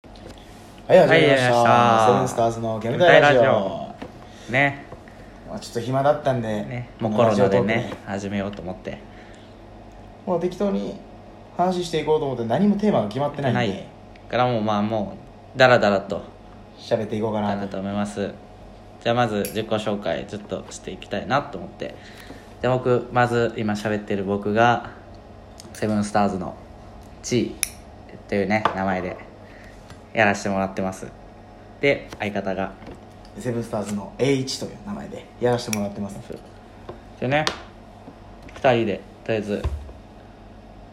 はい、始まりました。はいセブンスターズのゲームタイラジオ。ゲームタイラねまあ、ちょっと暇だったんで、ねもうコロナでラジオねトーク始めようと思ってもう適当に話していこうと思って、何もテーマが決まってないんはいで、からもうまあもうダラダラと喋、っていこうかかななと。と思いますじゃあまず自己紹介ちょっとしていきたいなと思ってじゃあ僕まず今喋ってる僕がセブンスターズのチーというね名前でやらせてもらってますで相方がセブンスターズの H という名前でやらせてもらってます。でね2人でとりあえず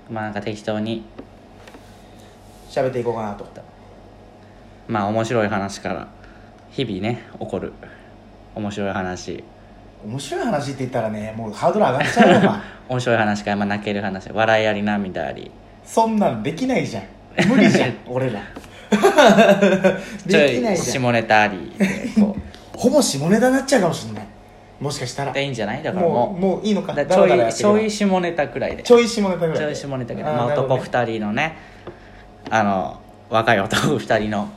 まあなんか適当に喋っていこうかなと。まあ面白い話から日々ね起こる面白い話面白い話って言ったらね、もうハードル上がっちゃうよ、 今面白い話から、まあ、泣ける話笑いあり涙ありそんなんできないじゃん。無理じゃん、 俺ら。ちょできないいじゃん。下ネタありでこうほぼ下ネタになっちゃうかもしれない。もしかしたら。 でいいんじゃないだからもう、ももういいのうか。だだちらょだらやいってちけばょい下ネタくらいでちょい下ネタぐらいちでょい下ネタくらいあーまあ、なるほど男ね2人のねあの若い男2人の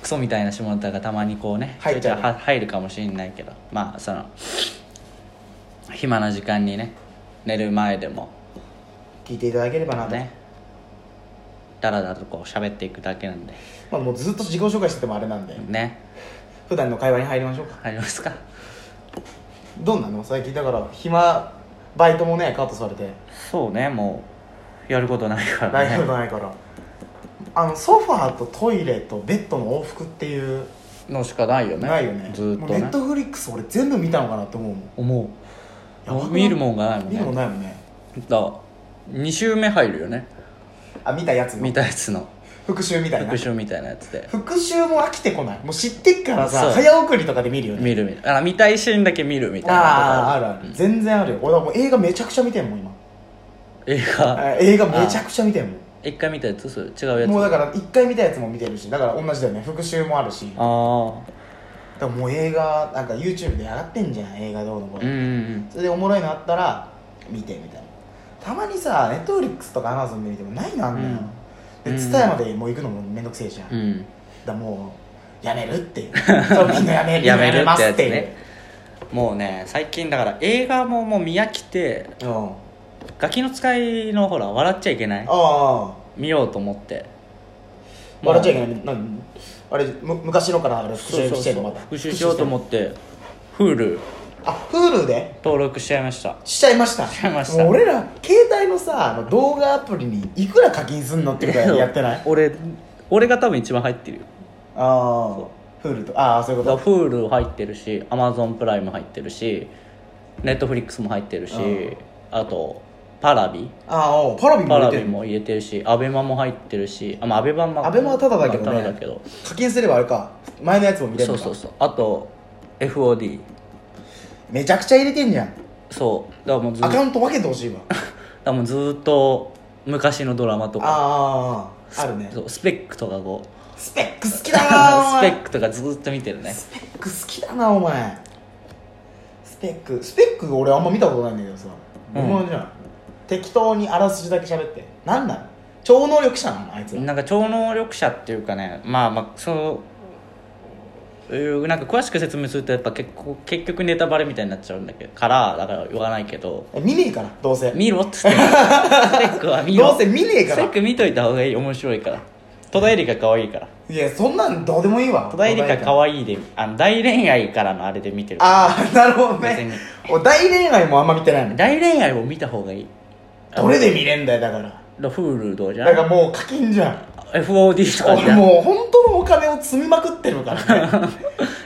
クソみたいな下ネタがたまにこうね入っちゃうちょいちょいは入るかもしれないけどまあその暇な時間にね寝る前でも聞いていただければなと、ねだらだらとこう喋っていくだけなんでまあ、もうずっと自己紹介しててもあれなんでね普段の会話に入りましょうかありますかどうなの最近だから暇バイトもねカットされてそうねもうやることないかライらフねないからあのソファーとトイレとベッドの往復っていうのしかないよねないよねずーっもとうネねットフリックス俺全部見たのかなと思うもん思うやばくない見るもんがないもん見ねるもんないもんねだ2週目入るよねあ見たやつの見たやつの復習みたいな復習みたいなやつで復習も飽きてこないもう知ってっからそさう早送りとかで見るよね見る見るあ見たいシーンだけ見るみたいなあああるあある、全然あるよ俺はもう映画めちゃくちゃ見てんもん今映画あ映画めちゃくちゃ見てんもん一回見たやつそれ違うやつもうだあから一回見たやつも見てるしだから同じだよね復習もあるしだかあらもう映画なんか YouTube で上がってんじゃん映画どうのこうんれ、うんうんそれでおもろいのあったら見てみたいなたまにさ Netflix とか Amazon で見てもないのあんなよ、うんで TSUTAYA までもう行くのもめんどくせえじゃん、うだかんらもうやめるっていうそうみんなやめる やめるまっすてっやつていうねもうね最近だから映画ももう見飽きてうんガキの使いのほら笑っちゃいけないああ見ようと思って笑っちゃいいけないなんあれむ昔のからあれ復習してんのまた復習しようと思ってってフールあ Hulu で登録しちゃいましたしちゃいましたしちゃいましたもう俺ら携帯のさあの動画アプリにいくら課金すんのってことやってない俺俺が多分一番入ってるよああフールとああそういうだからこ Hulu 入ってるし Amazon プライム入ってるし Netflix も入ってるしうんあとパラビとああおうパラビもパ入ラれてビるも入れてるしアベマも入ってるしあまあアベマもアベマはただだけどねまあただだけど課金すればあれか前のやつも見れるそのうかそうそうあと FOD めちゃくちゃ入れてんじゃんそうだからもうずっアとカウント分けてほしいわだからもうずーっと昔のドラマとかあああるねそうスペックとかこうスペック好きだな スお前ペックとかずーっと見てるねスペック好きだなお前スペックスペック俺あんま見たことないんだけどさうん僕もじゃん適当にあらすじだけ喋ってなんなの超能力者なのあいつらなんか超能力者っていうかねまあまあそういうなんか詳しく説明するとやっぱ結構結局ネタバレみたいになっちゃうんだけどからだから言わないけどえ見ねえからどうせ見ろっつってスペックは見ろどうせ見ねえかスペッらク見といた方がいい面白いから戸田恵梨香可愛いからいやそんなんどうでもいいわ戸田恵梨香わ可愛いであの大恋愛からのあれで見てるああなるほどね別お大恋愛もあんま見てないの大恋愛を見た方がいいどれで見れんだよだからのフールどうじゃだかんらもう課金じゃん FOD とかじ俺ゃんもう本当のお金を積みまくってる からね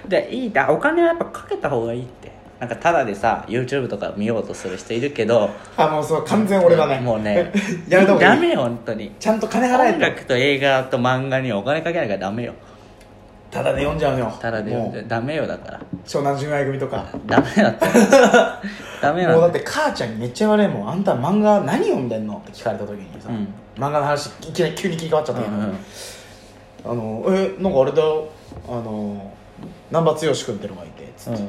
でいいだお金はやっぱかけた方がいいってなんかただでさ YouTube とか見ようとする人いるけどあもうそう完全俺だねもうね やめた方がダいいメよ本当にちゃんと金払え音と楽と映画と漫画にはお金かけないからダメよただで読んじゃうよただでもうダメよだから湘南純愛組とかダメだって ダメなもうだんっだて母ちゃんにめっちゃ言われんもんあんた漫画何読んでんのって聞かれた時にさ、うん漫画の話いきなり急に切り替わっちゃっうたけど、んうんあのえなんかあれだよあの難破剛君ってのがいてつって、うん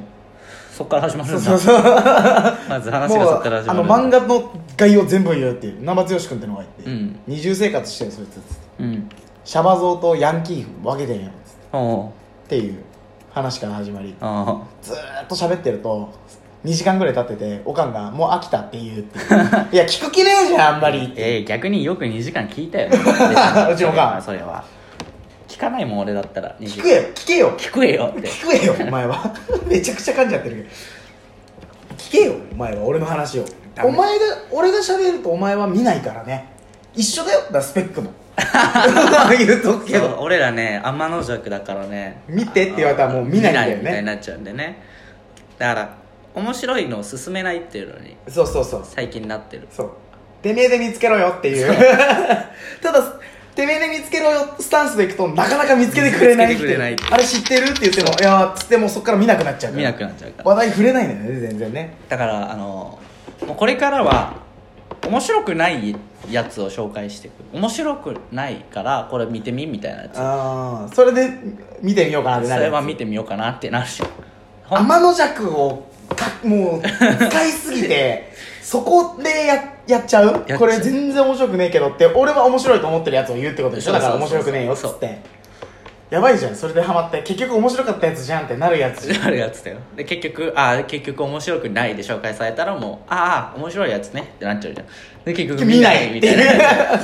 そっから始まるんだそうそうそう まず話もがうそっから始まあのるんだ漫画の概要全部言うっていう難破剛君ってのがいて、うん二重生活してるそいつっつってうんシャバ像とヤンキー分けてんよっつっておうっていう話から始まりおうずーっと喋ってると2時間ぐらい経ってておかんが「もう飽きた」って言うっていういや聞く気ねえじゃんあんまりってえー、逆によく2時間聞いたよ、ね、 う ちのおかんそれは聞かないもん俺だったら聞くよ聞けよ聞くえよって聞くえよお前は めちゃくちゃ噛んじゃってるけど聞けよお前は俺の話をダメお前が俺が喋るとお前は見ないからね一緒だよだからスペ ックも言うとくけそうど俺らね天の弱だからね見てって言われたらもう見ないんだよね見みたいになっちゃうんでねだから面白いのを勧めないっていうのにそうそうそう最近なってるそうてめえで見つけろよっていう ただてめえで見つけろよスタンスでいくとなかなか見つけてくれない見つけてくれないあれ知ってるって言ってもいやーつってもうそっから見なくなっちゃうか見らなくなっちゃうから話題触れないんだよね全然ねだからあのもうこれからは面白くないやつを紹介していく面白くないからこれ見てみみたいなやつああそれで見てみようかなってなそるれは見てみようかなってなるしほん天の弱をかもう使いすぎて そこでややっちゃうちゃうこれ全然面白くねえけどって俺は面白いと思ってるやつを言うってことでしょそだうそかうらそう面白くねえよっつってやばいじゃんそれでハマって結局面白かったやつじゃんってなるやつじゃん あるやつだよで結局ああ結局面白くないで紹介されたらもうああ面白いやつねってなっちゃうじゃんで結局見ないって見いな う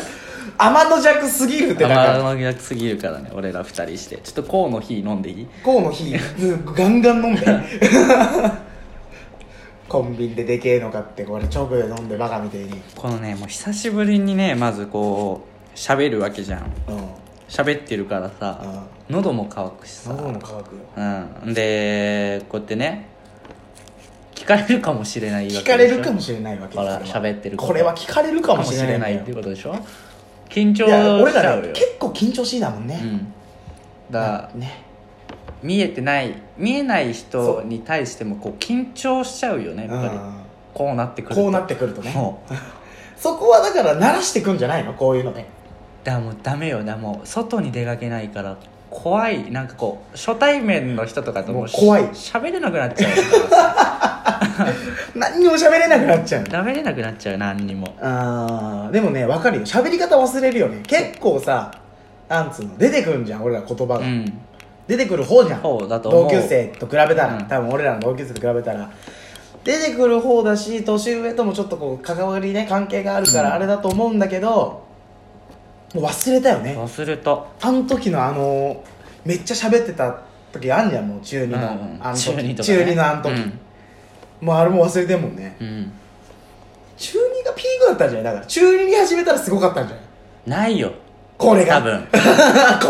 天の弱すぎるってだかあらまりすぎるからね俺ら二人してちょっとこうの日飲んでいい河の日ガンガン飲んで コンビニででけえの買ってこれ直で飲んでバカみたいにこのねもう久しぶりにねまずこう喋るわけじゃんうん喋ってるからさ喉も乾くしさ喉の乾くようんでこうやってね聞かれるかもしれないわけで聞しょかれるかもしれないわけほら喋ってることこれは聞かれるかもしれないっていうことでしょ緊張いや俺しちゃらうねよ結構緊張しいだもんうね、んだからね見えてない見えない人に対してもこう緊張しちゃうよねやっぱり、うんこうなってくるとこうなってくるとねもうそこはだから慣らしてくんじゃないのこういうのねだからもうダメよだからもう外に出かけないから怖いなんかこう初対面の人とかともうし怖い喋れなくなっちゃ うからさ何にも喋れなくなっちゃうの喋れなくなっちゃう何にもあーでもね分かるよ喋り方忘れるよね結構さなんつうの出てくるんじゃん俺ら言葉が、うん出てくる方じゃんそうだと思同う級生と比べたら、うん多分俺らの同級生と比べたら出てくる方だし年上ともちょっとこう関わりね関係があるかうんらあれだと思うんだけど、もう忘れたよねそうするとあの時のあのめっちゃ喋ってた時あんじゃんもう中二の、あの時中二とか、中二のあの時、もうあれも忘れてんもんねうん、うん中二がピークだったんじゃないだから中二に始めたらすごかったんじゃないないよこれが多分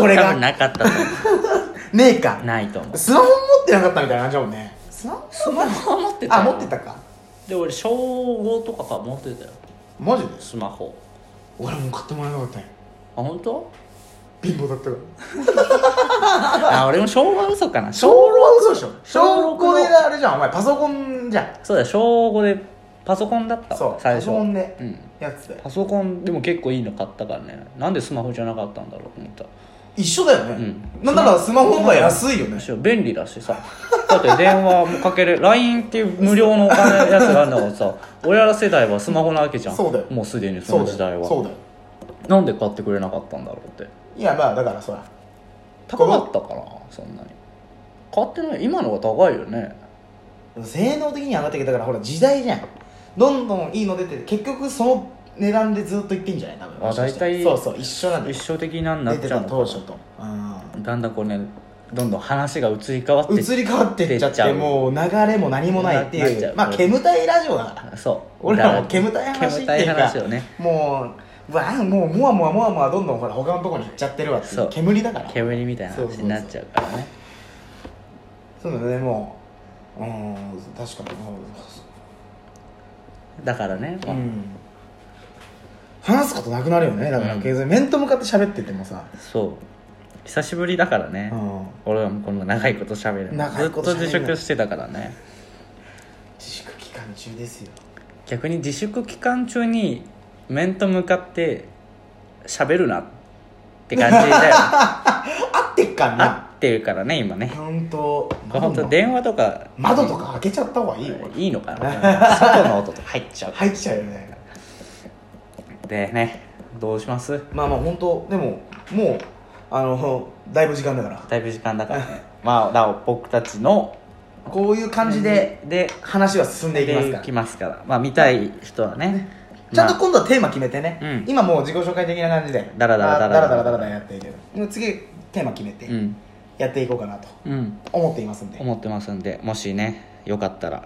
これ多が分ねなかったと思えかうないと 思うスマホ持ってなかったみたいな感じだもんねスマホスマホ持ってたあよ持ってたかで俺小5とかから持ってたよマジでスマホ俺も買ってもらえなかったんよあ本当？貧乏だったからあ俺も小5は嘘かな小6は嘘でしょ小小六の6であれじゃんお前パソコンじゃんそうだ小5でパソコンだったわそう最パ初ソコンでうんやつでパソコンでも結構いいの買ったからねなんでスマホじゃなかったんだろうと思った一緒だよねうなんならスマホの方が安いよむねしろ便利だし さだって電話もかける LINE っていう無料のお金やつがあるんだからさ俺ら世代はスマホなわけじゃんそうだよもうすでにそそのう時だ代よはそうだよなんで買ってくれなかったんだろうっていやまあだからそら高かったからそんなに買ってない今のが高いよね性能的に上がってきたからほら時代じゃんどんどんいいの出て結局その値段でずっといってんじゃない多分あ大体そうそう一緒なんだよ一生的なんな出っちてゃたうの当初とうんだんだんこうねどんどん話が移り変わって移り変わってっちゃ出っちゃてうもう流れも何もないってなっいちゃううまあ煙たいラジオだからそう俺らもだ煙たい話っていうか煙たい話をねもううわあもうもわもわもわもわどんどんほら他のとこに行っちゃってるわっていそうう煙だから煙みたいな話になっちゃうからねそうだねもううん確かにだからね、もううん話すことなくなるよねだから、うん経済面と向かって喋っててもさ、そう久しぶりだからね、うん、俺はもうこの長いこと喋るの長いことずっと自喋るの粛してたからね自粛期間中ですよ逆に自粛期間中に面と向かって喋るなって感じだよ合ってっかんな合ってるからね今ね本当本当電話とか窓とか開けちゃった方がいいよいいのかな外の音とか入っちゃう入っちゃうよねでねどうしますまあまあ本当でももうあの だいぶ時間だからだいぶ時間だから ねまあなお僕たちのこういう感じでで話は進んでいきますかでらきますからまあ見たい人はねちゃんとまあ今度はテーマ決めてね、うん今もう自己紹介的な感じでだらだらあだだららだだららだらだらやっていけるでも次テーマ決めてうんやっていこうかなとうん思っていますんで、思ってますんでもしねよかったらは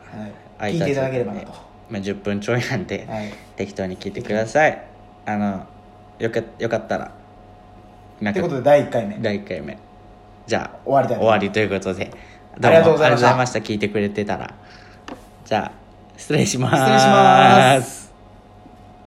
会い、い聞いたていいただけれ人はねばなと、まあ、10分ちょいなんではい、適当に聞いてくださいあのよかよかったらなんというこかとで第1回目第1回目じゃあ終わりたいと思います終わりということでありがとうございましたどもありがとうございました聞いてくれてたらじゃあ失礼します失礼します